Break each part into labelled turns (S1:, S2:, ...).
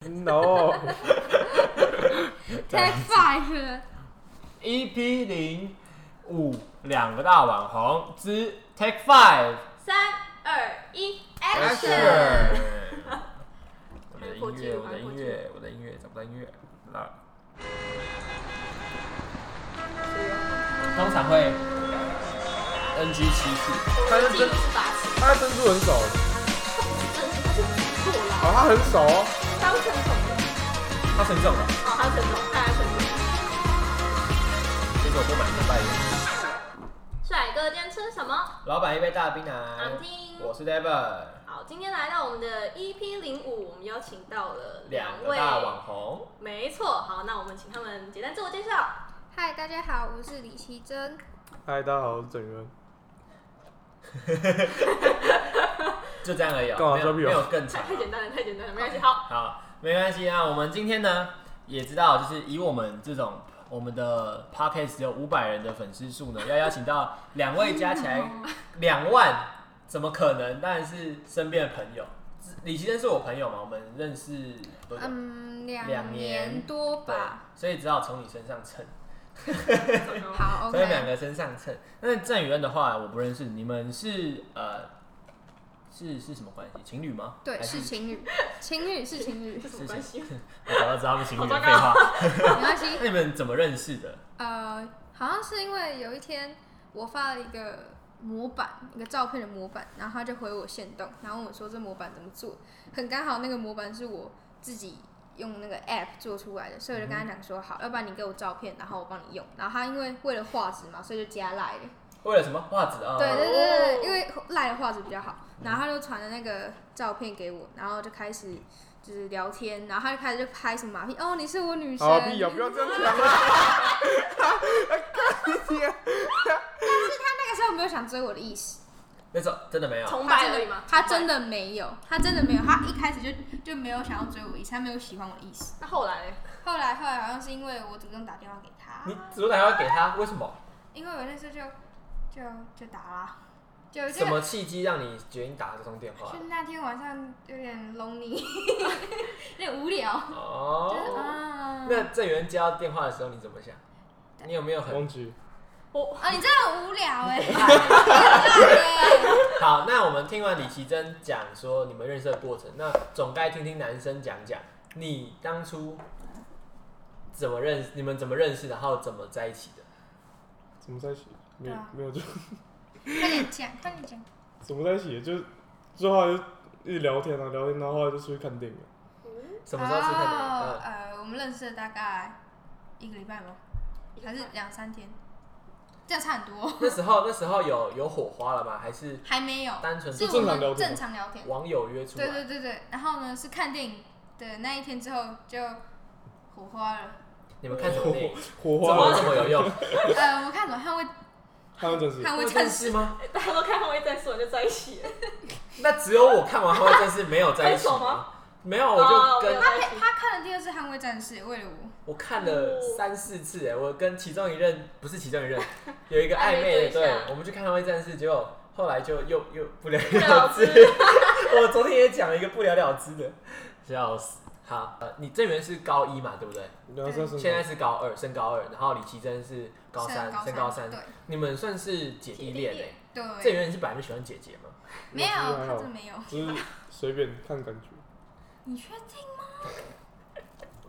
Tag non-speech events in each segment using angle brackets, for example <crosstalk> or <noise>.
S1: <laughs>
S2: No，
S3: 太快了。
S1: EP E 零五两个大网红之 Take Five
S3: 三二一
S2: Action
S3: ，Action！
S1: 我的音乐，我的音乐，我的音乐，找不到音乐，那通常会 NG 七次，
S2: 他是
S3: 技
S2: 真
S3: 术，是把持，
S2: 他是珍珠很熟，哦，
S3: 真的他是做啦，
S2: 他很熟哦，
S3: 他会成熟的，
S1: 他成啊重了，
S3: 哦，他会成熟，他会成熟。
S1: 结果不满的拜年。
S3: 帅哥，今天吃什么？
S1: 老板一杯大冰奶
S3: 想，听
S1: 我是 David，
S3: 好，今天来到我们的 EP 零五，我们邀请到了
S1: 两个
S3: 位，
S1: 大网红，
S3: 没错。好，那我们请他们简单自我介绍。
S4: 嗨，大家好，我是李奇珍。
S2: 嗨，大家好，我是整元，
S1: 就这样而已、
S2: 干嘛
S1: 哦，没有
S2: 说屁哦
S1: 没有更长、
S3: 太简单了，太简单了，没关系。
S1: <laughs>
S3: 好，
S1: 好，没关系啊。我们今天呢，也知道，就是以我们这种我们的 podcast 只有五百人的粉丝数呢，要邀请到两位加起来两万，怎么可能？当然是身边的朋友。李奇珍是我朋友嘛，我们认识多久？
S4: 嗯，
S1: 两
S4: 两
S1: 年
S4: 年多
S1: 对
S4: 吧。，
S1: 所以只好从你身上蹭，
S4: 好
S1: 从你们两
S4: ，OK。
S1: 个身上蹭。那郑宇恩的话，我不认识，你们是呃是是什么关系？情侣吗？
S4: 对，
S1: 还
S4: 是情
S1: <laughs>
S4: 侣，情侣是情侣
S3: 这，什么关系？
S1: 我早就知道是情侣，
S3: 好糟
S1: 废
S3: 糕
S1: 话。
S4: 没关系
S1: 那。你们怎么认识的？
S4: 呃，好像是因为有一天我发了一个模板，一个照片的模板，然后他就回我线动，然后问我说这模板怎么做，很刚好那个模板是我自己用那个 app 做出来的，所以我就跟他讲说好，要不然你给我照片，然后我帮你用。然后他因为为了画质嘛，所以就加赖了。
S1: 为了什么袜子啊？
S4: 对对
S3: 哦
S4: 对对，因为赖的画质比较好，然后他就传了那个照片给我，然后就开始就是聊天，然后他就开始就拍什么马屁，哦，你是我女神，
S2: 好屁啊，不要这样讲啦，
S4: 那个时候没有想追我的意思，
S1: 那时候真的没有。
S3: 崇
S4: 他
S3: 拜
S4: 真
S3: 而已
S4: 的
S3: 吗？
S4: 他真
S3: 的。
S4: 的没有，他真的没有，他一开始就就没有想要追我的意思，他没有喜欢我的意思。
S3: 那后来嘞？
S4: 后来后来好像是因为我主动打电话给他，
S1: 你主动打电话给他，为什么？
S4: 因为我那时候就就就打啦，就
S1: 什
S4: 就
S1: 么契机让你决定打这通电话
S4: 就？那天晚上有点 lonely，有点无聊，就是
S1: 哦，
S4: 啊。
S1: 那郑源接到电话的时候你怎么想？你有没有很
S2: 忘记，
S3: 我
S4: <laughs>
S3: <laughs>
S4: 啊，你真的很无聊哎、
S1: <laughs>
S4: 很烂欸！
S1: 好？那我们听完李奇珍讲说你们认识的过程，那总该听听男生讲讲你当初怎么认识，你们怎么认识，然后怎么在一起的？
S2: 怎么在一起？没
S4: 对啊
S2: 没有就
S4: 快点讲，快点讲。
S2: 怎么在一起？就之后来就一直聊天啊，聊天，然后后来就出去看电影了，
S1: 什么时候是看
S4: 哦
S1: 的？
S4: 呃，我们认识了大概一个礼拜吗？还是两三天？这样差很多
S1: 嗯，那时候那时候有有火花了吗？还是
S4: 还没有。
S1: 单纯
S4: 是
S1: 是
S4: 我
S2: 正常聊
S4: 们
S2: 天
S4: 正常聊天。
S1: 网友约出来？
S4: 对对对对，然后呢是看电影的那一天之后就火花了。
S1: 你们看什么电影？
S2: <laughs> 火
S1: 怎么
S2: 花
S1: 这么有用？
S4: 呃，我们看什么？捍卫
S2: 他们真是
S4: 捍卫
S1: 正
S4: 战士。
S1: 式吗？
S3: 大家都看后一战，所以就在一起了。
S1: 那只有我看完《后真是没有在一起
S3: <laughs> 分手吗？
S1: 没有，我就
S3: 哦没
S1: 跟
S3: 有
S4: 他看他看的第二次《捍卫战士》，为了我。
S1: 我看了三四次哎，我跟其中一任不是其中一
S3: <laughs>
S1: 任，有一个暧昧的，
S3: 暧昧对
S1: 对
S3: 象，
S1: 我们去看《捍卫战士》，结果后来就又又不了
S3: 了
S1: 了之
S3: 之。
S1: <laughs> 我昨天也讲了一个不了了之的，笑死。好，呃，你郑源是高一嘛，对不对？
S2: 聊上
S1: 现在
S2: 升，
S1: 是高二，升高二，然后李奇珍是高三，嗯升
S4: 升
S1: 高
S4: 高
S1: 三
S4: 三。，对
S1: 你们算是姐弟恋哎。郑
S4: 对，
S1: 源是本来就喜欢姐姐嘛，
S4: 没有，他真的没有。
S2: 只是随便看感觉。
S4: 你确定？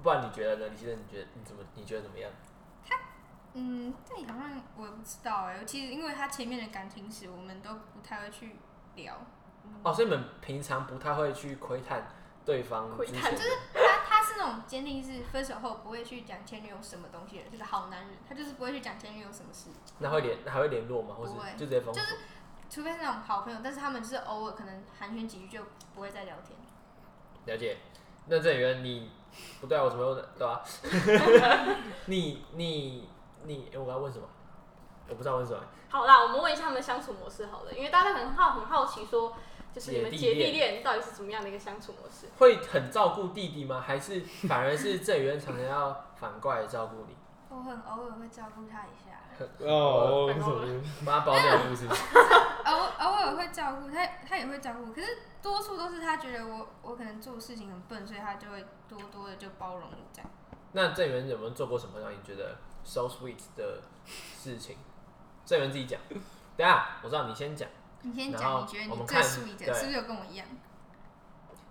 S1: 不然你觉得呢？李奇珍，你觉得你怎么？你觉得怎么样？
S4: 嗯，这好像我也不知道哎、其实因为他前面的感情史，我们都不太会去聊。
S1: 哦，所以你们平常不太会去窥探对方
S3: 窥
S1: 之
S3: 探
S1: 前的
S4: 他他是那种坚定是分手后不会去讲前女友什么东西的人，就是好男人，他就是不会去讲前女友什么事，
S1: 那会联还会联络吗？或是
S4: 不会
S1: 就直接封锁？
S4: 就是除非是那种好朋友，但是他们就是偶尔可能寒暄几句就不会再聊天。
S1: 了解。那郑源，你不对啊，我怎么又对吧、
S4: <laughs>
S1: 你你你，诶我刚刚问什么？我不知道问什么。
S3: 好啦，我们问一下他们相处模式好了，因为大家很好很好奇说，就是你们
S1: 姐
S3: 姐
S1: 弟
S3: 弟
S1: 恋
S3: 恋到底是怎么样的一个相处模式？
S1: 会很照顾弟弟吗？还是反而是郑源常常要反过来照顾你？
S4: 我很偶尔会照顾他一下，
S2: 哦，我不
S1: 哎
S2: 懂。
S1: 帮他包尿布是不是？
S4: <laughs> 偶偶尔会照顾他，他也会照顾我，可是多数都是他觉得我我可能做事情很笨，所以他就会多多的就包容我这样。
S1: 那郑源有没有做过什么让你觉得 so sweet 的事情？郑源自己讲。等一下，我知道你先讲，
S4: 你先
S1: 然后
S4: 讲，你觉得
S1: 我
S4: 你
S1: 们
S4: 最
S1: 看
S4: sweet
S1: 对
S4: 的，是不是有跟我一样？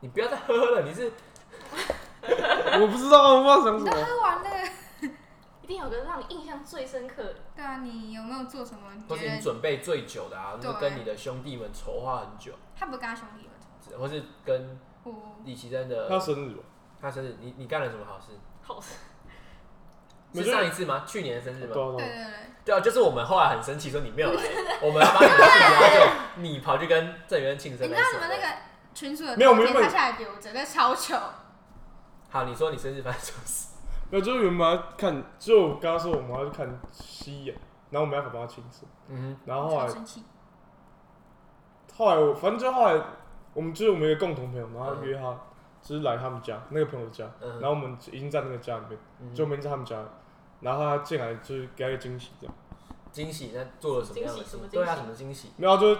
S1: 你不要再呵呵了，你是
S2: 我不知道，我不知道
S4: 你
S2: 讲
S4: 都
S1: <laughs>
S2: 什么。
S4: 喝完了，
S3: 一定有个让你印象最深刻的。
S4: 对啊，你有没有做什么？你
S1: 或是
S4: 觉
S1: 你
S4: 得
S1: 准备最久的啊，就是
S4: 对
S1: 跟你的兄弟们筹划很久，
S4: 他不跟他兄弟们？
S1: 或是跟
S4: 我
S1: 李奇珍
S2: 他
S1: 的
S2: 生日吧？
S1: 他生日，你你干了什么好事？
S3: 好事，
S2: 没
S1: 是
S2: 事啊
S1: 上一次吗？去年的生
S2: 对
S1: 日吗？
S4: 对
S2: 啊
S4: 对对，
S1: 对啊，就是我们后来很生气说你没有来，我们要帮你庆祝，
S4: <laughs>
S1: 然后就你跑去跟郑源庆生。
S4: 你知道你们那个群主的
S2: 没有我们
S4: 照片
S2: 原本
S4: 他下来留着，那超糗。
S1: 好，你说你生日发生什么事？
S2: 没有，就是原本要看，就我刚刚说我们要去看夕阳，然后我们要帮他庆生，
S1: 嗯
S2: 然后后
S4: 超
S2: 来
S4: 生气，
S2: 后来我反正就后来我们就是我们有一个共同朋友，然后约他就是来他们家那个朋友家，
S1: 嗯
S2: 然后我们已经在那个家里面，
S1: 哼，
S2: 就
S1: 就
S2: 我们已经在他们家，然后他进来就是给他一个惊喜这样，
S1: 惊喜，那做了什么样的
S3: 惊喜什
S1: 事
S3: 么？惊喜
S1: 对啊，什么惊喜？
S2: 然后就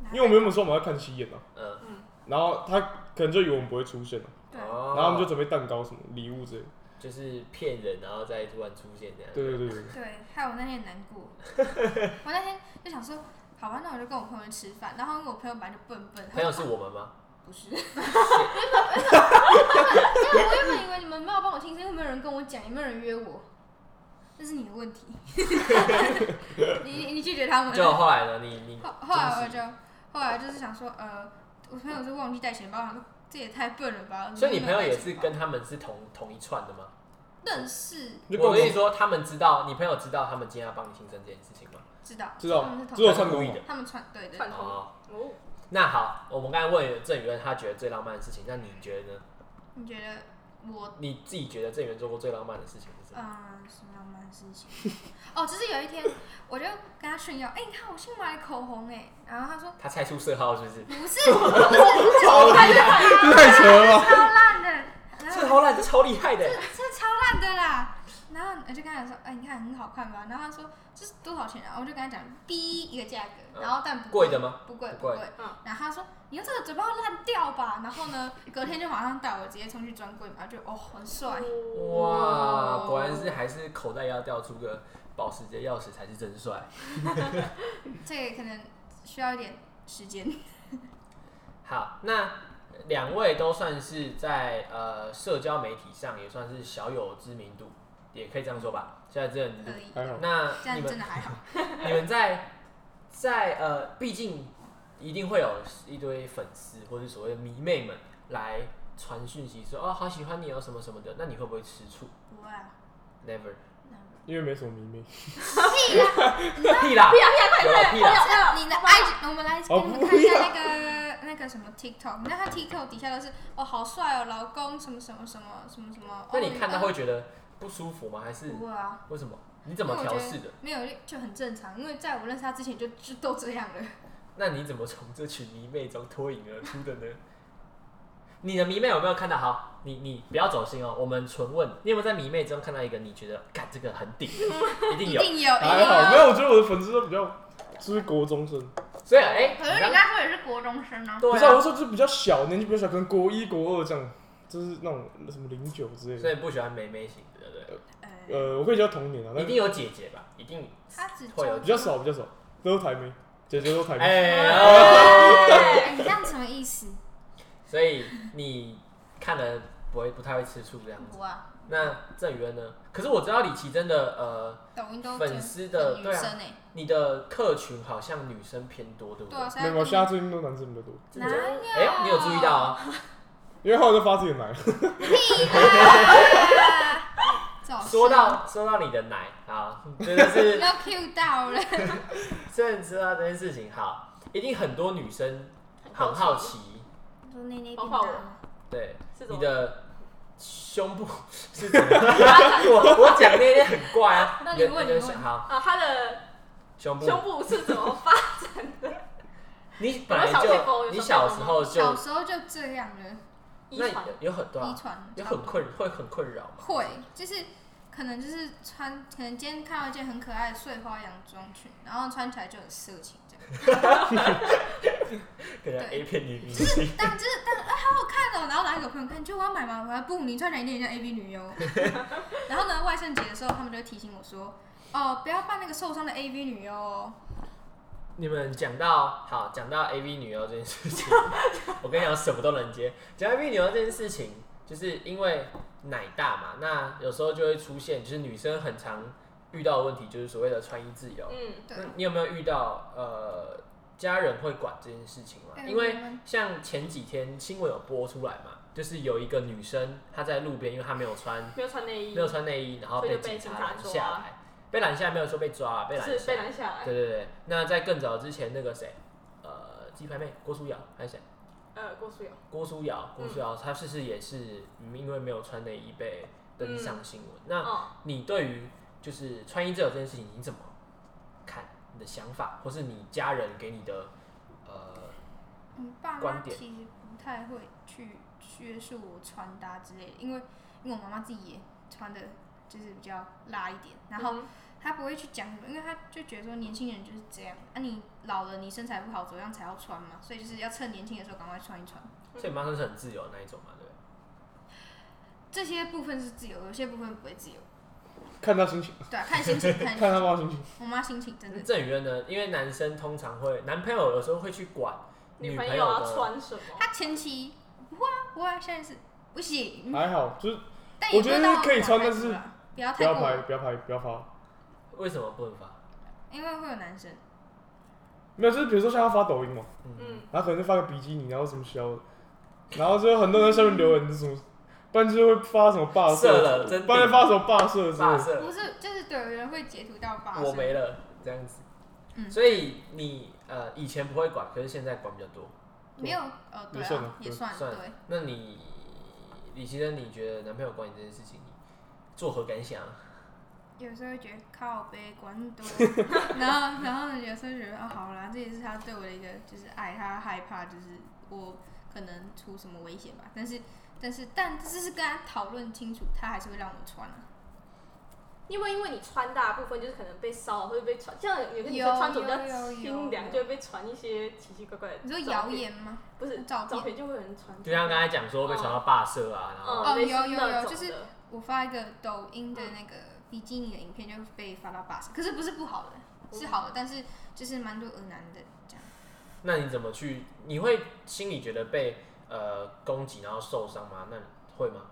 S4: 哪
S2: 因为我们原本说我们要看夕阳啊，
S1: 嗯，
S2: 然后他可能就以为我们不会出现了，
S4: 对
S1: 哦
S2: 然后我们就准备蛋糕什么礼物之类的，
S1: 就是骗人，然后再突然出现这样。
S2: 对对对对对。
S4: 对，害我那天很难过。我那天就想说，好吧，那我就跟我朋友吃饭。然后因为我朋友本来就笨笨，
S1: 朋友是我们吗？
S4: <laughs> 不是？因为我原本以为你们没有帮我庆生，因为没有人跟我讲，也没有人约我，这是你的问题。你你拒绝他们了。
S1: 就后来呢，你你
S4: 后后来我
S1: 惊
S4: 就后来就是想说，呃，我朋友是忘记带钱包，我想说这也太笨了吧。
S1: 喜，所以你朋友也是
S4: 怎么
S1: 跟
S4: 会
S1: 他们是同同一串的吗？
S4: 带钱包认识，
S2: 就
S1: 我
S2: 共
S1: 跟
S2: 同
S1: 你说，他们知道你朋友知道他们今天要帮你庆生这件事情吗？
S4: 知道
S2: 知道
S4: 他们是同
S2: 只有
S4: 事
S2: 串
S1: 故
S2: 通
S1: 意
S2: 嘛
S1: 的。
S4: 他们串对对
S3: 串通
S1: 哦，
S3: 哦，
S1: 那好，我们刚才问郑宇恩他觉得最浪漫的事情，那你觉得呢？
S4: 你觉得我
S1: 你自己觉得郑宇恩做过最浪漫的事情是什么？
S4: 嗯什么浪漫的事情？哦，就是有一天我就跟他炫耀，哎、你看我新买的口红哎，然后他说
S1: 他猜出色号是不是？
S4: 不是，不是，就是他就
S2: 这太扯了吧！
S4: 超烂的，然后
S1: 这好烂，这超厉害的
S4: 这。 <laughs> 这超烂的啦。然后我就跟他讲说，哎、你看很好看吧？然后他说这是多少钱啊？我就跟他讲 B 一个价格，
S1: 嗯
S4: 然后但不
S1: 贵的吗？
S4: 不贵
S1: 不
S4: 不
S1: 贵
S4: 贵
S3: 嗯。
S4: 然后他说你用这个嘴巴会烂掉吧？然后呢，隔天就马上带我直接冲去专柜买，就哦很帅。
S1: 哇，果然是还是口袋要掉出个保时捷钥匙才是真帅。
S4: 这个可能需要一点时间。
S1: 好，那两位都算是在呃社交媒体上也算是小有知名度，也可以这样说吧，小有知名度
S4: 可。以，
S2: 还好，
S4: 这
S1: 那你
S4: 样真
S1: 们
S4: 的还好。
S1: 你们在在呃，毕竟一定会有一堆粉丝或者所谓的迷妹们来传讯息说哦好喜欢你哦什么什么的，那你会不会吃醋
S4: 不会啊，
S1: ？Never，
S2: 因为没什么迷妹。
S1: 屁啦，有啊啦屁啦，
S4: 那你的 IG，我们来给
S2: 哦
S4: 你们看一下那个那个什么 TikTok，你看他 TikTok 底下都是哦好帅哦，老公什么什么什么什么什么。
S1: 那
S4: 哦
S1: 你看到
S4: 呃
S1: 会觉得不舒服吗？还是
S4: 不会啊？
S1: 为什么？你怎么
S4: 因为我
S1: 调
S4: 觉得
S1: 试的？
S4: 没有，就很正常，因为在我认识他之前就就都这样了。
S1: 那你怎么从这群迷妹中脱颖而出的呢？你的迷妹有没有看到？好，你你不要走心哦，我们纯问，你有没有在迷妹中看到一个你觉得，干这个很
S4: <laughs>
S1: 顶的，一定
S4: 一
S1: 有。
S4: 定有，一
S2: 还好，
S4: 定
S2: 没有，我觉得我的粉丝都比较就是国中生，
S1: 所以哎，
S4: 可是人
S1: 你刚
S4: 家说也是国中生啊，
S2: 不
S1: 对
S2: 是、啊、我
S1: 啊，
S2: 说就是比较小，年纪比较小，可能国一、国二这样，就是那种什么零九之类
S1: 所
S2: 的。
S1: 以不喜欢妹妹型的，对不对？
S4: 呃，
S2: 呃，我可以叫童年啊，
S1: 一
S2: 但
S1: 定有姐姐吧，一定
S4: 他只
S1: 会有
S2: 比较少，比较少，都是台妹，姐姐都是台妹。
S1: 哎哦。
S4: 哎，你这样什么意思？
S1: 所以你看了不会不太会吃醋这样子。
S4: 不啊，
S1: 那郑宇恩呢？可是我知道李琦真的呃，
S4: 抖音都
S1: 粉丝的
S4: 女
S1: 对啊
S4: 生哎，
S1: 你的客群好像女生偏多，对不
S4: 对啊，
S2: 没有，没有现在最近都男生比较多，
S1: 真
S4: 哪
S1: 的假的
S4: 有？
S1: 哎、你有注
S4: <laughs>
S1: 意到啊？
S2: 因为后来就发自己的奶了。 <laughs>
S4: 哎早上
S1: 说到说到你的奶啊，真的
S4: <laughs>
S1: 是
S4: 要 Q 到了，
S1: 虽然知道这件事情，好，一定很多女生很好
S3: 好，
S1: 奇，
S4: 说内内
S3: 变
S4: 变
S3: 大
S4: 大
S3: 了
S4: 了，
S1: 对
S3: 是怎
S1: 你
S3: 么
S1: 的胸部是怎么样？ <laughs> 我我讲那些很怪啊，
S4: 那你
S1: 的
S4: 问
S1: 的
S4: 你问
S1: 好
S3: 啊，他的
S1: 胸部，
S3: 胸部是怎么发展的？
S1: 你本来
S3: 有小背包
S1: 就
S3: 有
S1: 你
S3: 小
S1: 小
S3: 背包
S1: 时候
S4: 小
S1: 就
S4: 时候就这样了，
S3: 遗
S1: 那
S3: 传
S1: 有很多
S4: 遗
S1: 啊，
S4: 传
S1: 有很困会很困扰吗？
S4: 会，就是可能就是穿，可能今天看到一件很可爱的碎花洋装裙，然后穿起来就很色情这样。
S1: 可能
S4: 对
S1: A 片女明星，
S4: 但就是但是哎、好好看哦，然后拿给我朋友看，就我要买嘛，我要不，你穿起来一定很像 A B 女优。然后呢，万圣节的时候他们就会提醒我说，哦，不要扮那个受伤的 A B 女优哦。
S1: 你们讲到好，讲到 AV 女优这件
S3: <laughs>
S1: 事情，我跟你讲，什么都能接。讲 AV 女优这件事情，就是因为奶大嘛，那有时候就会出现，就是女生很常遇到的问题，就是所谓的穿衣自由。
S3: 嗯，
S4: 对
S1: 那，你有没有遇到呃家人会管这件事情吗？
S4: 嗯
S1: 因为像前几天新闻有播出来嘛，就是有一个女生她在路边，因为她没有穿
S3: 没有穿内衣，
S1: 没有穿内衣，然后
S3: 所以
S1: 被
S3: 就被
S1: 警
S3: 警
S1: 察
S3: 察
S1: 拦
S3: 抓
S1: 下来，被拦下来没有说被抓，被拦
S3: 是
S1: 下
S3: 被
S1: 来。
S3: 拦下来。
S1: 对对对，那在更早之前那个谁，呃，鸡排妹郭书瑶还是谁？
S3: 呃，郭书瑶，
S1: 郭书瑶，郭书瑶，她是不是也是嗯因为没有穿内衣被登上新闻？那
S3: 嗯，
S1: 你对于就是穿衣自由这件事情，你怎么看？你的想法，或是你家人给你的呃，
S4: 嗯，爸妈
S1: 观点
S4: 其实不太会去约束我穿搭之类的，因为因为我妈妈自己也穿的就是比较辣一点，然后
S3: 嗯
S4: 她不会去讲什么，因为她就觉得说年轻人就是这样，啊你老了你身材不好怎么样才要穿嘛，所以就是要趁年轻的时候赶快穿一穿。
S1: 所以你妈算是很自由的那一种嘛，对不
S4: 这些部分是自由，有些部分不会自由。
S2: 看他心情，
S4: 对、啊，看心情，看
S2: 看他妈心情。
S4: 我妈心情真
S3: 嗯
S1: 对？
S4: 的
S1: 郑宇恩呢，因为男生通常会，男朋友有时候会去管
S3: 女
S1: 朋
S3: 朋友要
S1: 的，
S3: 穿什么？
S4: 他前期不会啊，不会、啊，现在是不行，
S2: 还好，就是
S4: 但也
S2: 我觉得
S4: 不会到
S2: 可以穿
S4: 管太
S2: 但
S4: 多
S2: 是
S4: 啦不要
S2: 不
S4: 太
S2: 要拍，
S4: 过，
S2: 不要拍，不要发。
S1: 为什么不能发？
S4: 因为会有男生。
S2: 没有，就是比如说像他发抖音嘛，
S3: 嗯，
S2: 然后可能就发个比基尼，然后什么小的，然后就有很多人在下面留言是什么，不然就会发什么霸
S1: 嗯射
S2: 社，
S1: 了，真
S2: 不然
S1: 的
S2: 就发什么霸社之类
S1: 发
S2: 的。
S1: 射，
S4: 不是，就是对有人会截图到八
S1: 我没了这样子。
S4: 嗯
S1: 所以你呃以前不会管，可是现在管比较多。
S4: 没有，呃，对
S2: 也算
S4: 啊
S2: 了，
S4: 也算
S1: 算
S4: 对。
S1: 那你李先生，你觉得男朋友管你这件事情，你作何感想啊？
S4: 有时候会觉得靠背管那么多， <laughs> 然后然后有时候觉得啊，好啦，这也是他对我的一个就是爱，他害怕就是我可能出什么危险吧。但是但是但这是跟他讨论清楚，他还是会让我穿啊。
S3: 因为因为你穿搭的部分就是可能被骚扰，会被传，像有些女
S4: 有
S3: 生穿着比较
S4: 有有有
S3: 清凉，就会被传一些奇奇怪怪的。
S4: 你说谣？言吗？
S3: 不是
S4: 照片
S3: 照片，就会有人传。
S1: 就像刚才讲说被传到霸社啊，然后
S3: 嗯，类似
S4: 哦有有有
S3: 那种
S4: 就是
S3: 的
S4: 我发一个抖音的那个比基尼的影片就被发到八十，可是不是不好的，是好的，但是就是蛮多恶男的这样。
S1: 那你怎么去？你会心里觉得被呃攻击然后受伤吗？那你会吗？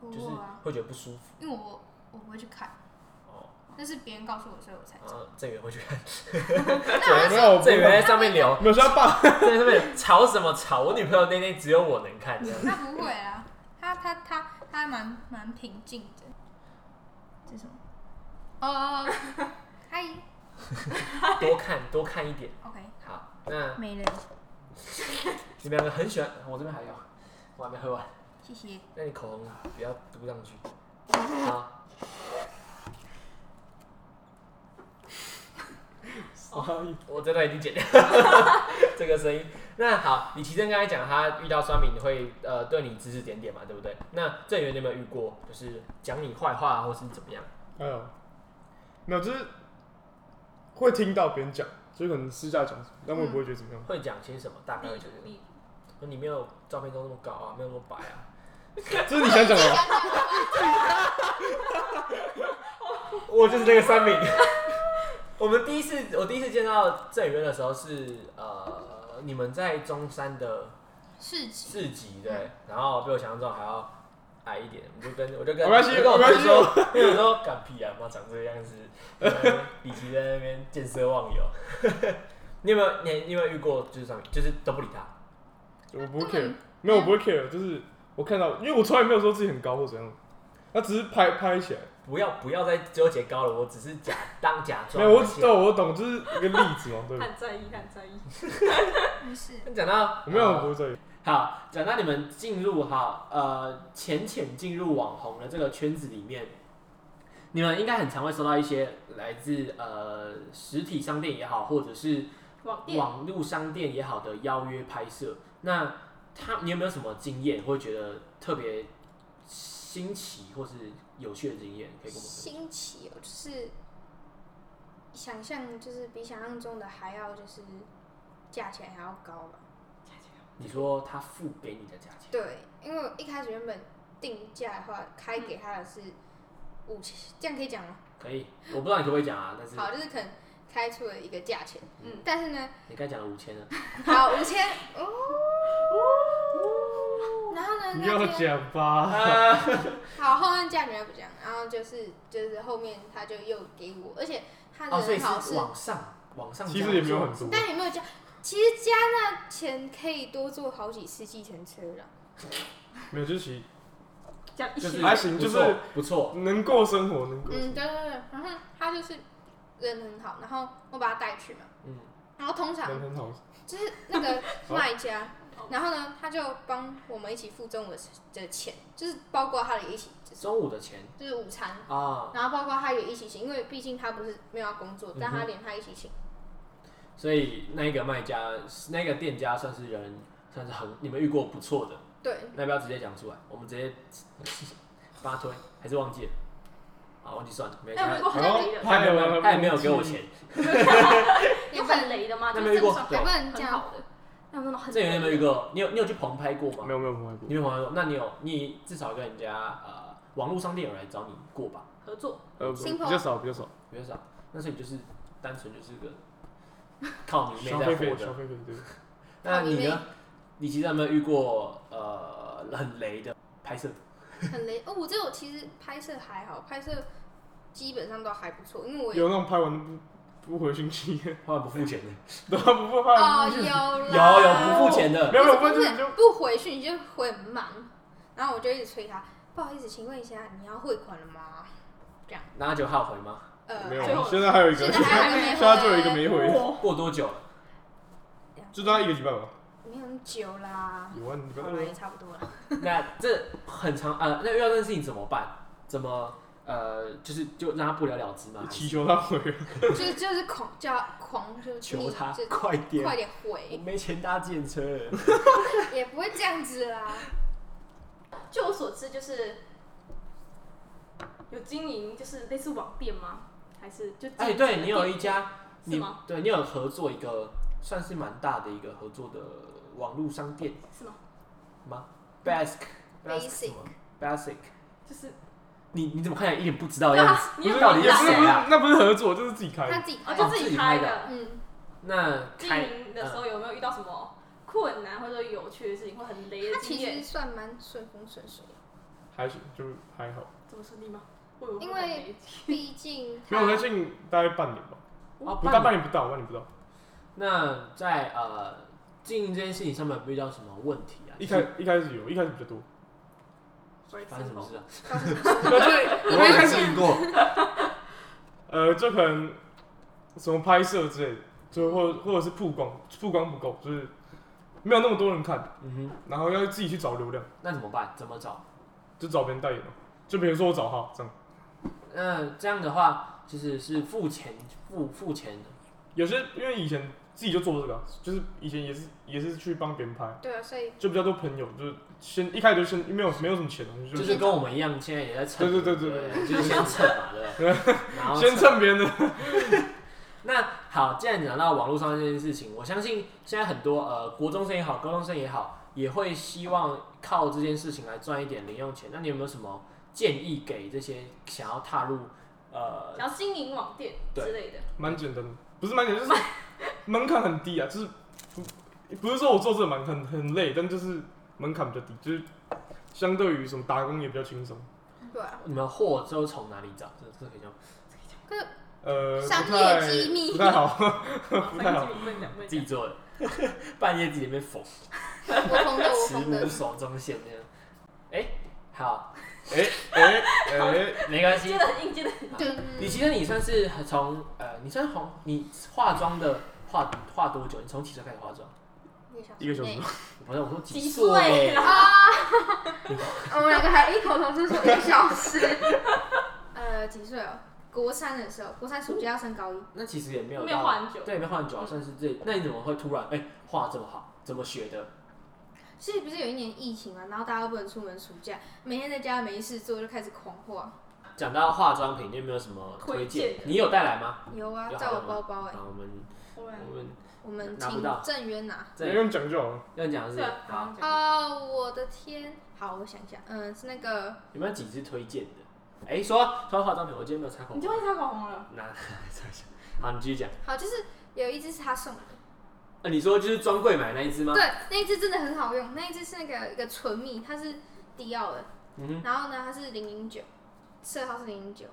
S4: 不
S1: 就是
S4: 过啊，
S1: 会觉得不舒服
S4: 因为我我不会去看， <laughs>
S1: 哦，
S4: 那是别人告诉我，所以我才
S2: 哦
S1: 然
S4: 知道。
S1: 后郑源会去看，
S2: 对，没有，不
S1: 郑源在
S2: 会
S1: 上面留，
S2: 没有，是他爸。
S1: 在上面吵什么吵？我女朋友那天只有我能看这样。
S4: 他不会啊，他他他他还蛮蛮平静的。这是什么？哦哦，哦嗨
S1: 多看多看一点。
S4: ，OK，
S1: 好，那
S4: 没了，
S1: 你们两个很喜欢，我这边还有，我还没喝完。
S4: 谢谢。
S1: 那你口红不要嘟上去。好，哦我这段已经剪掉 <laughs> 这个声音。那好，李奇正刚才讲他遇到酸民会呃对你指指点点嘛，对不对？那郑源你有没有遇过，就是讲你坏话或是怎么样？
S2: 哎呦，没有，就是会听到别人讲，就是可能私下讲，但我也不会觉得怎
S4: <laughs>
S2: 么样。
S1: 会讲些什么？大概
S3: 例
S1: 会讲
S3: 如例
S1: 说你没有照片中那么高啊，没有那么白啊。
S2: 这是你想讲的吗？
S1: 我就是那个酸民。 <laughs> 我们第一次，我第一次见到郑源的时候是呃，你们在中山的
S4: 市集，
S1: 四级对，然后比我想象中还要矮一点，我就跟我就跟
S2: 没关系
S1: 我就跟我
S2: 没关
S1: 朋友
S2: 系
S1: 说，我有时候敢屁啊，妈长这个样子，然后以及在那边见色忘友。 <laughs> 你有没有你你有没有遇过就是上面就是都不理他？
S2: 我不会
S4: 根本
S2: care，没有，我不
S4: 嗯
S2: 会 care，就是我看到，因为我从来没有说自己很高或怎样，那只是拍拍起来。
S1: 不要不要再纠结高了，我只是假当假
S2: 没
S1: 装。
S2: 有，我
S1: 谢谢
S2: 对啊我懂，就是一个例子嘛，对
S3: 如
S2: 吧？
S3: 很在意，很在意。
S4: 没事。
S1: 那讲到
S2: 我没有，
S1: 呃
S2: 我不会在意。
S1: 好，讲到你们进入哈呃浅浅进入网红的这个圈子里面，你们应该很常会收到一些来自呃实体商店也好，或者是
S3: 网店
S1: 网络商店也好的邀约拍摄。那他你有没有什么经验，会觉得特别新奇或是有趣的经验可以跟我们分享？
S4: 新奇哦，就是想象就是比想象中的还要就是价钱还要高吧。
S1: 你说他付给你的价钱，
S4: 对，因为我一开始原本定价的话，开给他的是五千，这样可以讲吗？
S1: 可以，我不知道你可不可以讲啊，但是
S4: 好，就是可能开出了一个价钱，
S3: 嗯
S4: 但是呢，
S1: 你刚才讲了五千了，
S4: 好五千哦，然后呢，
S2: 你
S4: 那
S2: 要
S4: 天
S2: 讲吧，
S4: 好后面价格不讲，然后就是就是后面他就又给我，而且他
S1: 哦，所以
S4: 的好
S1: 是
S4: 是，
S1: 往上往上加，
S2: 其实也没有很多，
S4: 但也没有加，其实加那钱可以多坐好几次计程车了。
S2: 没有，就是其
S3: 这样一
S1: 就
S3: 起
S1: 是
S2: 还行
S1: 不错
S2: 就是
S1: 不错，
S2: 能过生活，能过生
S4: 嗯，对对对，然后他就是人很好，然后我把他带去嘛，
S1: 嗯，
S4: 然后通
S2: 活，
S4: 常
S2: 人很好。
S4: 就是那 <laughs> 个
S2: 好
S4: 卖家
S3: 哦，
S4: 然后呢，他就帮我们一起付中午的的钱，就是包括他的一起，
S1: 中午的钱
S4: 就是午餐，
S1: 啊，
S4: 然后包括他也一起请，因为毕竟他不是没有要工作，但
S1: 嗯
S4: 他
S1: 哼
S4: 连他一起请，
S1: 所以那个卖家那个店家算是人算是很你们遇过不错的，
S4: 对，
S1: 那要不要直接讲出来？我们直接帮他推，还是忘记了？啊，忘记算了，没
S3: 哎
S1: 关
S3: 如果。
S1: 系
S3: 很累的
S1: 他也没有，他也没有给我钱，
S3: 有很雷的吗？
S1: 那
S3: 就
S1: 没
S3: 是
S1: 遇过
S3: 这种
S4: 还不能这
S3: 很
S4: 样，
S3: 好的，那种很
S1: 这有没有遇
S3: 雷的
S1: 过？你有你有去棚拍过吗
S2: 没？有没有不会过
S1: 你有朋友，那你有你至少跟人家呃网络商店有来找你过吧？
S3: 合作，
S2: 呃，不
S4: 新
S2: 比
S4: 朋
S2: 较
S4: 友
S2: 少比较少，
S1: 比较少，那所以你就是单纯就是个靠你妹
S2: 消
S1: 在
S2: 费
S1: 活
S2: 费消
S1: 的。
S2: 费费对。
S3: 啊
S1: 那
S4: 靠
S1: 你
S4: 你妹
S1: 呢？你其实有没有遇过呃很雷的拍摄？
S4: 很累。哦，我这我其实拍摄还好，拍摄基本上都还不错，因为我也
S2: 有那种拍完不不回讯息，
S1: 他们不付钱的，
S2: <laughs> 对啊，不不拍
S4: 哦
S2: 完不回讯息，
S4: 有啦
S1: 有有不付钱的，
S2: 没有没有不
S4: 不
S2: 回
S4: 是
S2: 讯息就
S4: 不回讯，你就会很忙，然后我就一直催他，不好意思，请问一下你要汇款了吗？
S1: 那就号回吗？
S4: 呃，
S2: 没
S3: 最
S2: 有啊
S3: 后，
S2: 现在还有一个，
S4: 现在
S2: 现
S4: 还有一个没回，
S2: 在就有一个没回，
S3: 哇
S1: 过多久了？
S2: 就大概一个礼拜吧。
S4: 没有那么久啦，
S2: 有啊，你不
S4: 好
S2: 要
S4: 了也差不多了。
S1: 那这很长呃，那遇到这件事情怎么办？怎么呃，就是就让他不了了之吗？还是
S2: 祈求他回，
S4: 就就是狂叫狂就请
S1: 求
S4: 你
S1: 他
S4: 就
S1: 快点，
S4: 快点
S1: 我
S4: 回，
S1: 没钱搭建车了。
S4: 也不会这样子啦。
S3: 据我所知，就是有经营，就是类似网店吗？还是就
S1: 哎，
S3: 自己
S1: 对你有一家，
S3: 是
S1: 你
S3: 吗？
S1: 对你有合作一个算是蛮大的一个合作的网络商店
S3: 是吗？
S1: 吗？Basic
S4: Basic
S1: Basic，
S3: 就是啊
S1: 你你怎么看起来一哦脸不知道的样子？
S3: 你有
S1: 到底
S2: 也
S1: 是
S2: 不是
S1: 谁啊？
S2: 那不是合作，就是自己开
S4: 他
S2: 的。
S4: 自己
S3: 哦，
S4: 开
S3: 就
S4: 的，
S3: 自
S1: 自
S3: 己
S1: 己
S3: 开
S1: 开
S3: 的
S1: 的。嗯
S4: 嗯，
S1: 那
S3: 经
S1: 开
S3: 营的时候有没有遇到什么困难或者有趣的事情，或很雷
S4: 他
S3: 的
S4: 其
S3: 经
S4: 实
S3: 验？
S4: 算蛮顺风顺水的，
S2: 还行，就还好。
S3: 怎么顺利吗？我有
S4: 因
S3: 问
S4: 为
S3: 很雷
S4: 毕竟
S2: 没有，我才进大概半年吧，
S1: 啊
S2: 哦不到
S1: 半
S2: 半年
S1: 年
S2: 不到，半年不到。
S1: 那在呃经营这件事情上面有没有遇到什么问题啊？
S2: 一
S1: 就是
S2: 开一开始有，一开始比较多。
S1: 发生什么
S2: <laughs>
S1: 事啊？
S4: 发生什么事
S2: 那就是
S1: <laughs> 我
S2: 一开
S1: 经
S2: 始
S1: 营过，
S2: 呃，就可能什么拍摄之类的，就或或者是曝光，曝光不够，就是没有那么多人看，
S1: 嗯哼，
S2: 然后要自己去找流量，
S1: 那怎么办？怎么找？
S2: 就找别人代言嘛。就比如说我找他这样，
S1: 那这样的话，就是是付钱付付钱的，
S2: 有些因为以前自己就做这个啊，就是以前也是也是去帮别人拍，
S4: 对啊，所以
S2: 就比较多朋友，就是先一开始就先没有没有什么钱啊，你就
S1: 就是是跟我们一样，现在也在蹭，
S2: 对
S1: 对
S2: 对对对
S1: 对，就是先蹭嘛，对不
S2: <laughs>
S1: 对？然后
S2: 先蹭别人的。
S1: 那好，既然讲到网络上这件事情，我相信现在很多呃国中生也好，高中生也好，也会希望靠这件事情来赚一点零用钱。那你有没有什么建议给这些想要踏入呃
S3: 然后经营网店之类的，
S2: 蛮简单的，不是蛮简单，
S4: <laughs>
S2: 就是门槛很低啊，就是不不是说我做这个蛮很很累，但就是门槛比较低，就是相对于什么打工也比较轻松。
S4: 对啊，
S1: 你们货都从哪里找？这这可以讲吗
S2: 呃，不
S4: 商业
S2: 太
S4: 机密
S2: 不太
S4: <laughs>
S2: 好，
S3: 哦
S2: 不太好
S3: 经营问两问
S1: <laughs> 自己做的，半夜自己在那边缝，
S4: 我疯的我
S1: 食
S4: 疯
S1: 物
S4: 的，
S1: 手中线这样。哎、好，
S2: 哎哎，
S1: 没关系
S3: 接。的很硬，接的很
S4: 对
S1: 李奇生，你算是从呃，你算红，你化妆的化化多久？你从几岁开始化妆？
S2: 一个小时
S4: 内，
S1: 不是，我说几
S3: 几岁
S1: 岁？
S3: 啦？
S4: 我们两个还异口同声说一个小时。呃，几岁哦？国三的时候，国三暑假要升高一，
S1: 那其实也没有
S3: <laughs> 没有
S1: 到
S3: 花很久，
S1: 对，没换久，算是这。那你怎么会突然哎、画这么好？怎么学的？
S4: 其实不是有一年疫情啊嘛，然后大家都不能出门，暑假每天在家没事做就开始狂画。
S1: 讲到化妆品，你有没有什么推
S3: 推
S1: 荐
S3: 荐？的
S1: 你有带来吗？
S4: 有啊，
S1: 有
S4: 在我
S1: 好
S4: 包
S1: 用
S4: 包哎、
S1: 然后我们
S3: 我
S1: 我们
S4: 我们
S1: 拿不
S4: 请
S1: 到
S4: 郑渊拿。
S2: 你
S1: 这
S2: 用讲就好了。
S1: 要讲的
S3: 对
S1: 是
S3: 啊，
S1: 好，
S3: 刚刚
S4: 哦，我的天！好，我想一下，嗯，是那个
S1: 有没有几支推荐的？哎，说说到化妆品，我今天没有擦口
S3: 啊讲你
S1: 红，
S3: 就会擦口红了，
S1: 拿擦一下。 <laughs> 好，你继续讲。
S4: 好，就是有一只是他送的，
S1: 呃，你说就是专柜买那一支吗？
S4: 对，那一只真的很好用，那一只是那个一个唇蜜，它是迪奥的，
S1: 嗯哼，
S4: 然后呢它是零零九，色号是零零九，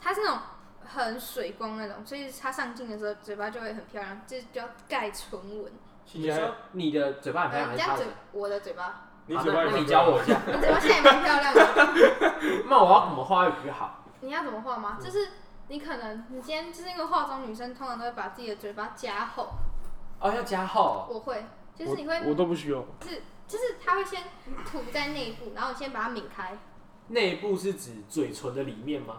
S4: 它是那种很水光那种，所以它上镜的时候嘴巴就会很漂亮，就是比较盖唇纹。
S2: 听
S1: 你
S2: 起来
S1: 说你的嘴巴很漂亮
S4: 呃，
S1: 还
S4: 你这
S1: 是擦
S4: 样
S1: 的
S4: 嘴？，我的嘴巴，
S2: 你
S1: 好
S2: 嘴
S1: 那
S2: 巴有
S1: 那
S2: 没有
S1: 你教我一下，
S4: 你嘴巴现在也蛮漂亮的。 <laughs>
S1: 那我要怎么画会比较好？
S4: 你要怎么画吗？就是你可能你今天就是那个化妆女生，通常都会把自己的嘴巴加厚，
S1: 哦，要加厚哦。
S4: 我会，就是你会
S2: 我我都不需要，
S4: 就是它会先涂在内部，然后你先把它抿开。
S1: 内部是指嘴唇的里面吗？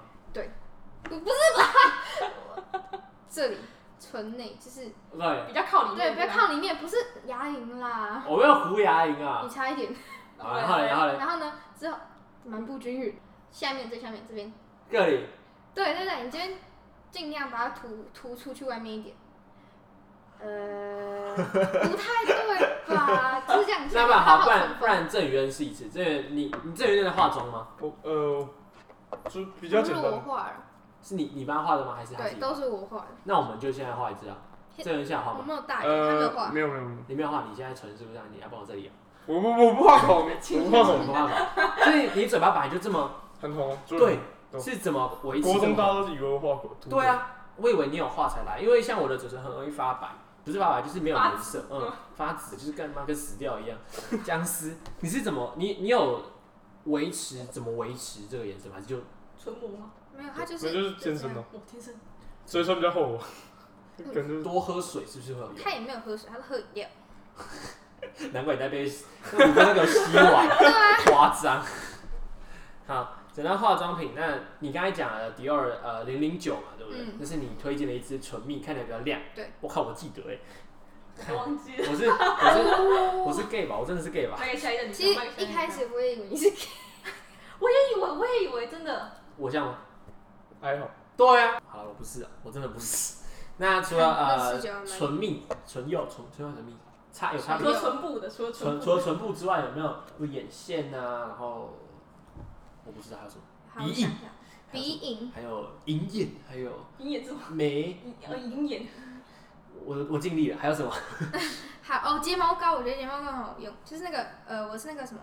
S4: 不不是吧？这里唇内就是
S1: 对，
S3: 比较靠里
S4: 对，
S3: 面，
S1: 啊
S4: 不要靠里面，不是牙龈啦，
S1: 我没有糊牙龈啊
S4: 你。差一点。
S1: 好，
S3: 啊
S1: 然后嘞，然后嘞，
S4: 然后呢，之后蛮不均匀，下面最下面这边，
S1: 这里
S4: 对对对，你这边尽量把它涂涂出去外面一点。呃，不太对吧？就是这样，
S1: <laughs> 那不然好，不
S4: 然
S1: 然不然郑宇恩试一次。郑宇恩，你你郑宇恩在化妆吗？
S2: 我呃，就比较简
S4: 是我
S2: 单。
S4: 画的，
S1: 是你你帮他画的吗？还是他自
S4: 对，
S1: 己？
S4: 都是我画的。
S1: 那我们就现在画一支啊。郑宇恩现在画
S4: 我
S1: 吗？
S4: 没有大眼，他没有
S2: 呃，
S4: 画。
S2: 没有没有没有，
S1: 你没有画，你现在唇是不是啊？你要帮我这里啊？
S2: 我不我不画口
S4: <laughs>
S2: 红，我不画口
S1: 我
S2: 红，
S1: 没办法，所以你嘴巴本来就这么
S2: 很红啊。就是
S1: 对，
S2: 懂
S1: 是怎么维持
S2: 国
S1: 这
S2: 中
S1: 么
S2: 大
S1: 好？
S2: 家都以为我画过图。
S1: 对，啊，我以为你有画才来，因为像我的嘴唇很容易发白，不是发白就是没有颜色，嗯，发紫就是干嘛跟死掉一样， <laughs> 僵尸。你是怎么你你有维持怎么维持这个颜色吗？还是就
S3: 唇膜吗？
S4: 没有，他就
S2: 那
S4: 是
S2: 就是健
S4: 这
S2: 身
S4: 样
S2: 的，
S3: 我天
S1: <laughs>
S3: 生
S2: 所以说比较厚
S4: <laughs>
S2: 我，感觉就是
S1: 多喝水是不是 <laughs> 会有用？
S4: 他也没有喝水，他是喝饮料。
S1: 难怪你在被你被那个吸 <laughs> 完，夸张。好，讲到化妆品，那你刚才讲了迪奥呃零零九嘛，对不对？
S4: 嗯
S1: 那是你推荐的一支唇蜜，看起来比较亮。
S4: 对，
S1: 我靠，我记得哎、
S3: 我都忘记了。
S1: 我是我是我是 gay 吧，我真的是 gay 吧，
S3: 卖给下一个女生
S4: 其，实
S3: 卖给
S4: 一
S3: 下
S4: 开
S3: 个女
S4: 始
S3: 生
S4: 我也以为你是 gay，
S3: 我也以为，我也以为真的，
S1: 我像吗？
S2: 还好。
S1: 对啊，好了，我不是啊，我真的不是。 <laughs> 那除了
S4: <laughs> 那
S1: 呃
S4: 视觉完美
S1: 唇蜜、唇釉、唇唇釉、唇蜜，差有差
S4: 啊
S1: 别
S3: 除。了唇部的，除了唇
S1: 唇
S3: 部
S1: 除了唇部之外，有没有眼线啊？然后我不知道还有什么，
S4: 好，我
S1: 鼻
S4: 想
S1: 影
S4: 一下，鼻影，
S1: 还有银眼，还有
S3: 银眼之外，
S1: 眉。
S3: 银呃银眼，
S1: 我我尽力了，还有什么？ <laughs>
S4: 好哦，睫毛膏，我觉得睫毛膏很好用，就是那个呃，我是那个什么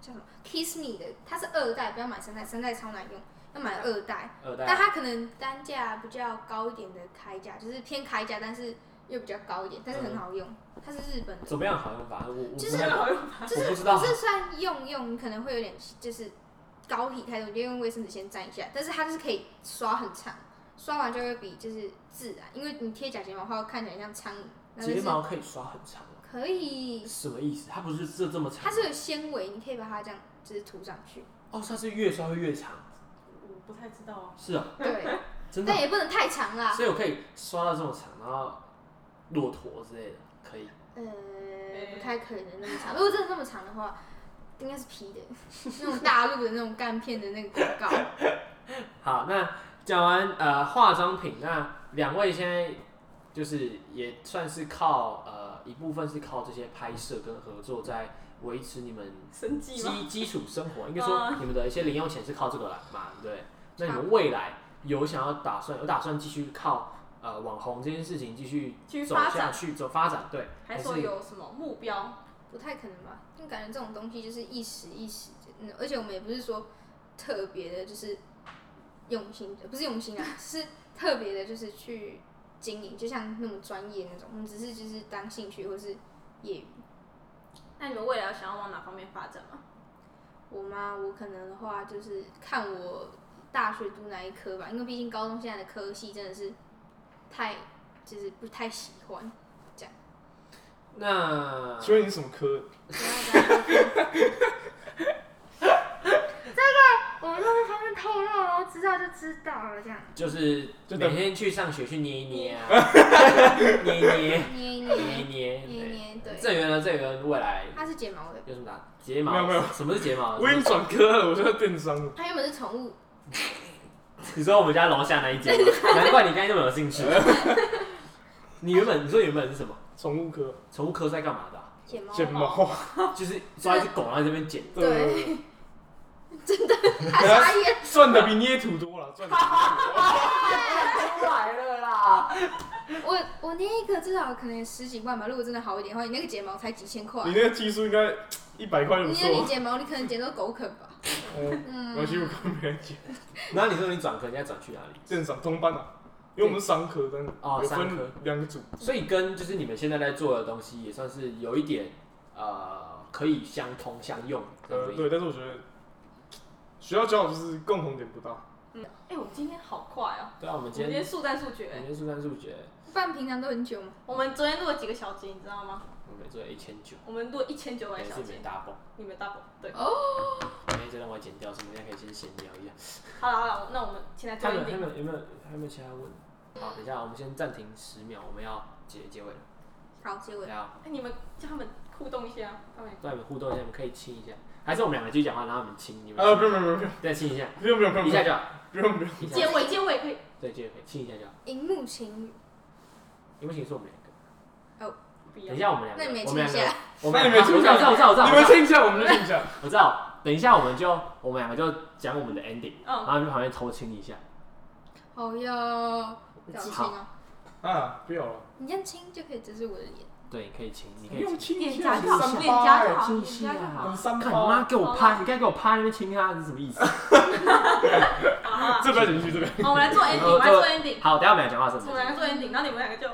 S4: 叫什么 Kiss Me 的，它是二代，不要买三代，三代超难用，要买二代，
S1: 耳
S4: 但
S1: 带，
S4: 它可能单价比较高一点的开价，就是偏开价，但是又比较高一点，但是很好用，它是日本的，
S1: 嗯怎么样好用法？我我
S4: 就
S1: 不
S4: 是
S1: 太
S3: 真的好用，
S1: 我不知道
S4: 不，是算用用，你可能会有点就是膏体太多，你就用卫生纸先沾一下，但是它就是可以刷很长，刷完就会比就是自然，因为你贴假睫毛后看起来像苍蝇，那就
S1: 睫
S4: 是
S1: 毛可以刷很长哦，
S4: 可以，
S1: 什么意思？它不是这这么长？
S4: 它是有纤维，你可以把它这样就是涂上去，
S1: 哦，它是越刷会越长，
S3: 我不太知道啊，
S1: 是啊，
S4: 对，
S1: 真的
S4: 但，也不能太长啦，
S1: 所以我可以刷到这么长，然后骆驼之类的，可以。
S4: 呃，不太可能那么长，如果真的那么长的话。应该是 P 的，那种大陆的那种干片的那个广告。
S1: 好，那讲完呃化妆品，那两位现在就是也算是靠呃一部分是靠这些拍摄跟合作在维持你们
S3: 生计嗯吗？
S1: 基基础生活，应该说你们的一些零用钱是靠这个来嘛，对不对？那你们未来有想要打算有打算继续靠呃网红这件事情继续
S3: 继续
S1: 走
S3: 发
S1: 下
S3: 展
S1: 去，走发展，对，
S3: 还
S1: 还
S3: 说
S1: 是
S3: 有什么目标？
S4: 不太可能吧？因为感觉这种东西就是一时一时的，嗯，而且我们也不是说特别的，就是用心，呃不是用心啊，是特别的，就是去经营，就像那么专业那种，我们只是就是当兴趣或是业余。
S3: 那你们未来想要往哪方面发展吗？
S4: 我妈，我可能的话就是看我大学读哪一科吧，因为毕竟高中现在的科系真的是太就是不太喜欢。
S1: 那
S2: 请问你是什么科？
S4: 不要这样这个我们就是前面透露了，知道就知道了，这样
S1: 就是
S2: 就
S1: 每
S2: 等
S1: 天去上学去捏一捏
S2: <laughs>
S1: 啊，捏一捏，
S4: 捏一
S1: 捏一
S4: 捏
S1: 捏，
S4: 捏一
S1: 对。
S4: 捏，对，
S1: 郑源呢？郑源未来
S4: 它是睫毛
S1: <laughs>
S4: 的，
S1: 有什么打睫毛？
S2: 没有没有
S1: 什么是睫毛？
S2: 我已经转科了，我现在电商了。
S4: 它原本是宠物，
S1: 你说我们家楼下那一
S2: <laughs>
S1: 间吗，难怪你刚才那么有兴趣。你原本你说原本是什么？
S2: 宠物科，
S1: 宠物科在干嘛的啊、
S4: 睫毛
S2: 睫
S4: 毛，
S2: 毛，
S1: 就是抓一只狗，然后在这边剪。
S2: 对，
S4: 它傻眼，
S2: 赚的比捏土多了，赚的比捏土多。
S1: <laughs> 出来了啦！
S4: 我我捏一个至少可能十几万吧，如果真的好一点的话，你那个睫毛才几千块 <laughs>
S2: 你，那个技术应该一百块就不
S4: 你捏你
S2: 错。
S4: 睫毛，你可能剪到狗啃吧，
S2: 嗯，
S4: 嗯，
S2: 我去我跟别人
S4: <laughs>
S2: 讲，
S1: 然后你说你转科，你要转去哪里？
S2: 正常通班啊，因为我们是商科，但是
S1: 哦
S2: 有
S1: 商科
S2: 分两个组。
S1: 所以跟就是你们现在在做的东西也算是有一点呃可以相通相用
S2: 呃
S1: 的，意思。
S2: 对，但是我觉得学校教我就是共同点不到，
S3: 嗯，哎，我们今天好快哦，
S1: 对啊，我
S3: 我
S1: 们
S3: 们今
S1: 今天
S3: 天速战速决
S1: 我。们今天速战速决，
S4: 办平常都很久嘛，
S3: 我们昨天录了几个小节，你知道吗？
S1: 我们做了一千九，
S3: 我们录了一千九百
S1: 也
S3: 小
S1: 是
S3: 节
S1: 没，打崩。
S3: 你们大伙对。
S1: 今天这让我剪掉，什么应该可以先闲聊一下。
S3: 好了好了，那我们现在
S1: 他
S3: 做
S1: 们
S3: 一
S1: 他
S3: 点。
S1: 们有没有还有没有其他问题？好，等一下，我们先暂停十秒，我们要结结尾了。
S4: 好，结尾
S1: 大。家
S3: 哎，你们叫他们互动一下，啊他们
S1: 让你们互动一下，你们可以亲一下，还是我们两个继续讲话，然后你们亲，你们
S2: 啊，
S1: 亲
S2: 不用不用
S1: 再亲一下，
S2: 不用不用不用
S1: 一
S2: 不
S1: 下
S2: 用
S1: 就好，
S2: 不用不用，
S1: 一下
S3: 结尾结尾可以。
S1: 对，就可以亲一下就好。
S4: 荧幕情侣，
S1: 因为其实我们两个，
S3: 不一
S1: 等
S3: 样
S1: 一。下我们两
S4: 那
S1: 个，
S4: 你们
S1: 我
S4: 亲
S1: 们
S4: 一
S1: 两个
S4: 下，，
S1: 我
S2: 那
S1: 们
S2: 你们
S1: 两个，
S2: 亲
S1: 我
S2: 一
S1: 知
S2: 下
S1: 道，我知道，我知道，
S2: 你
S1: 我
S2: 们
S1: 知道，
S2: 听一下，我们就听一下。
S1: 我知道。等一下我们就我们两个就讲我们的 ending，然
S3: 嗯，
S1: 后你们旁边偷亲一下，
S4: 好哟，这样亲哦，
S2: 啊，不要了，
S4: 你这样亲就可以遮住我的脸，
S1: 对，你可以亲，你可
S2: 不
S1: 以
S2: 用
S1: 亲。
S2: 亲一
S3: 脸
S2: 下，
S3: 颊
S2: 你
S3: 就
S4: 啊
S3: 好，
S2: 三
S3: 脸
S2: 八
S3: 颊
S2: 欸
S3: 就好，
S1: 亲
S3: 脸
S1: 亲
S3: 颊就
S1: 啊
S3: 好。
S2: 三
S1: 看
S2: 八
S1: 你妈给我趴，你刚给我趴那边亲他是什么意思？
S3: 好
S4: 啊
S3: 好，
S2: 这不要进去，这边
S3: 好我们来做 ending，我们来做 ending，
S1: 好，等一下我们俩讲话是什
S3: 我
S1: 么
S3: 们？两个做 ending，然后你们两个就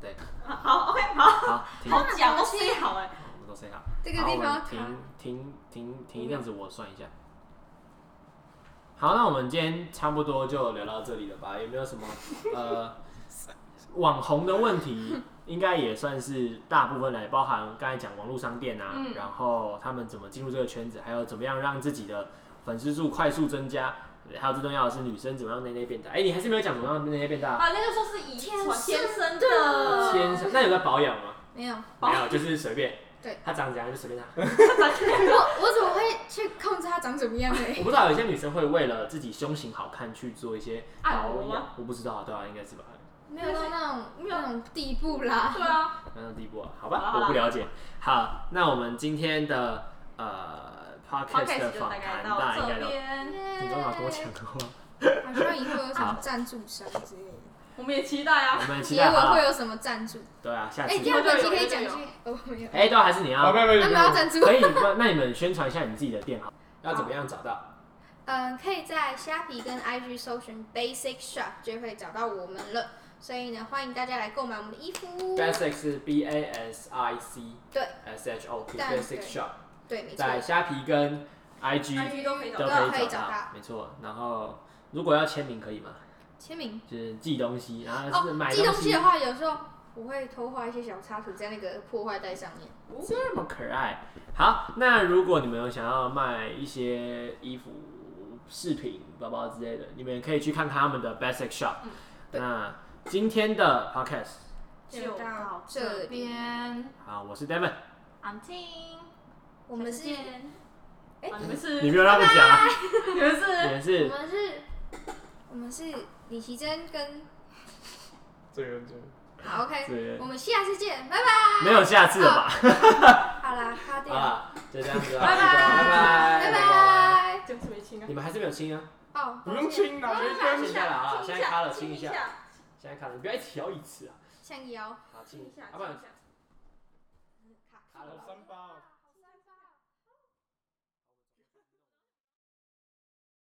S1: 对，
S3: 好 OK 好，
S1: 好，停，好
S3: 好假都塞好哎。
S1: 我们都 say 好。
S4: 这个
S1: 好，
S4: 地
S1: 我
S4: 方嗯要
S1: 们
S4: 卡
S1: 停停停停一阵子，我算一下。好，那我们今天差不多就聊到这里了吧？有没有什么呃网红的问题？应该也算是大部分来，包含刚才讲网络商店啊，
S3: 嗯
S1: 然后他们怎么进入这个圈子，还有怎么样让自己的粉丝数快速增加，还有最重要的是女生怎么样内内变大。哎、你还是没有讲怎么样内内变大。
S3: 啊，那个说是遗传天生
S4: 的
S3: 的，
S1: 先生，那有在保养吗？
S4: 没有，
S1: 没有，就是随便。
S4: 对，
S1: 他长怎样就随便他。
S4: 我我怎么会去控制它长什么样呢？
S1: 我不知道有些女生会为了自己胸型好看去做一些
S3: 按
S1: 保
S3: 摩吗
S1: 养，我不知道，对啊，应该是吧？
S4: 没有到那种
S3: 没有
S4: 那种地步啦。
S3: 对啊，
S1: 那种地步啊，好
S3: 好
S1: 吧，
S3: 啦
S1: 我不了解。好，那我们今天的呃 podcast 的
S3: podcast 就
S1: 访
S3: 大概
S1: 谈，
S3: 到
S1: 大家应该
S3: 这
S1: 都
S3: 边，
S1: 你多少跟我讲的话，
S4: 好希望以后有什么赞助商之类的，
S3: 我们也期待啊
S1: 我，们期
S4: 结
S1: 待
S4: 尾
S1: 好
S4: 会
S1: 了。
S4: 有什么赞助？
S1: 对啊，下次
S4: 哎，第二本期可以讲一些，哦，没有，
S1: 哎，对啊，还是你
S2: 好，
S1: 要
S2: 没有没有
S4: 他
S2: 没
S4: 们要
S2: 有。
S4: 赞助。
S1: 可以，那那你们宣传一下你自己的店好，要怎么样找到？
S4: 嗯，可以在虾皮跟 IG 搜寻 Basic Shop 就会找到我们了。所以呢，欢迎大家来购买我们的衣服。
S1: Basic 是 B A S I C
S4: 对
S1: S H O P
S4: 但
S1: Basic
S4: 对
S1: Shop，
S4: 对，没错，
S1: 在虾皮跟 IG
S3: 安居都可以找
S1: 都
S3: 到。
S4: 都
S1: 可
S4: 可
S1: 以
S4: 以找
S1: 到
S4: 到，
S1: 没错。然后如果要签名可以吗？
S4: 签名
S1: 就是寄东西，然后是
S4: 哦
S1: 买。
S4: 寄东西
S1: 西，
S4: 的话，有时候我会偷画一些小插图在那个破坏袋上面。
S1: 这么可爱。好，那如果你们有想要卖一些衣服、饰品、包包之类的，你们可以去看看他们的 Basic Shop。
S3: 嗯
S4: 对
S1: 那今天的 Podcast，
S3: 就到这边，
S1: 好，我是 Damon，
S3: 安静，
S4: 我们是，
S3: 哎，你们是
S1: 你没有让我讲啊，
S3: 你们是
S1: 你们
S4: 我
S1: 是
S4: 们是，我们是李奇珍跟
S2: 这个这个。
S4: 好 OK，
S1: 是
S4: 我们下次见，拜
S1: 没有下次了吧？
S4: 拜。好啦，趴
S1: 好
S4: 掉，
S1: 啦，就这样子啦，
S3: 拜拜
S1: 拜
S4: 拜
S1: 拜，
S4: 拜。
S3: 就是没亲啊
S1: 你，们还是没有亲啊？
S4: 哦，
S2: 不用亲啦，没关系
S1: 现。在了啊，
S3: 亲
S1: 现
S3: 一
S1: 在卡
S3: 下，
S1: 了，
S3: 亲
S1: 亲
S3: 一
S1: 一下，
S3: 下，
S1: 现在卡了，你不要一条一次啊，
S4: 像腰。
S1: 好
S3: 亲
S1: 亲
S3: 一
S1: 一
S3: 下
S1: 下，，要不
S3: 亲一
S1: 然
S3: 下。
S1: 卡了啦。
S2: 三八哦。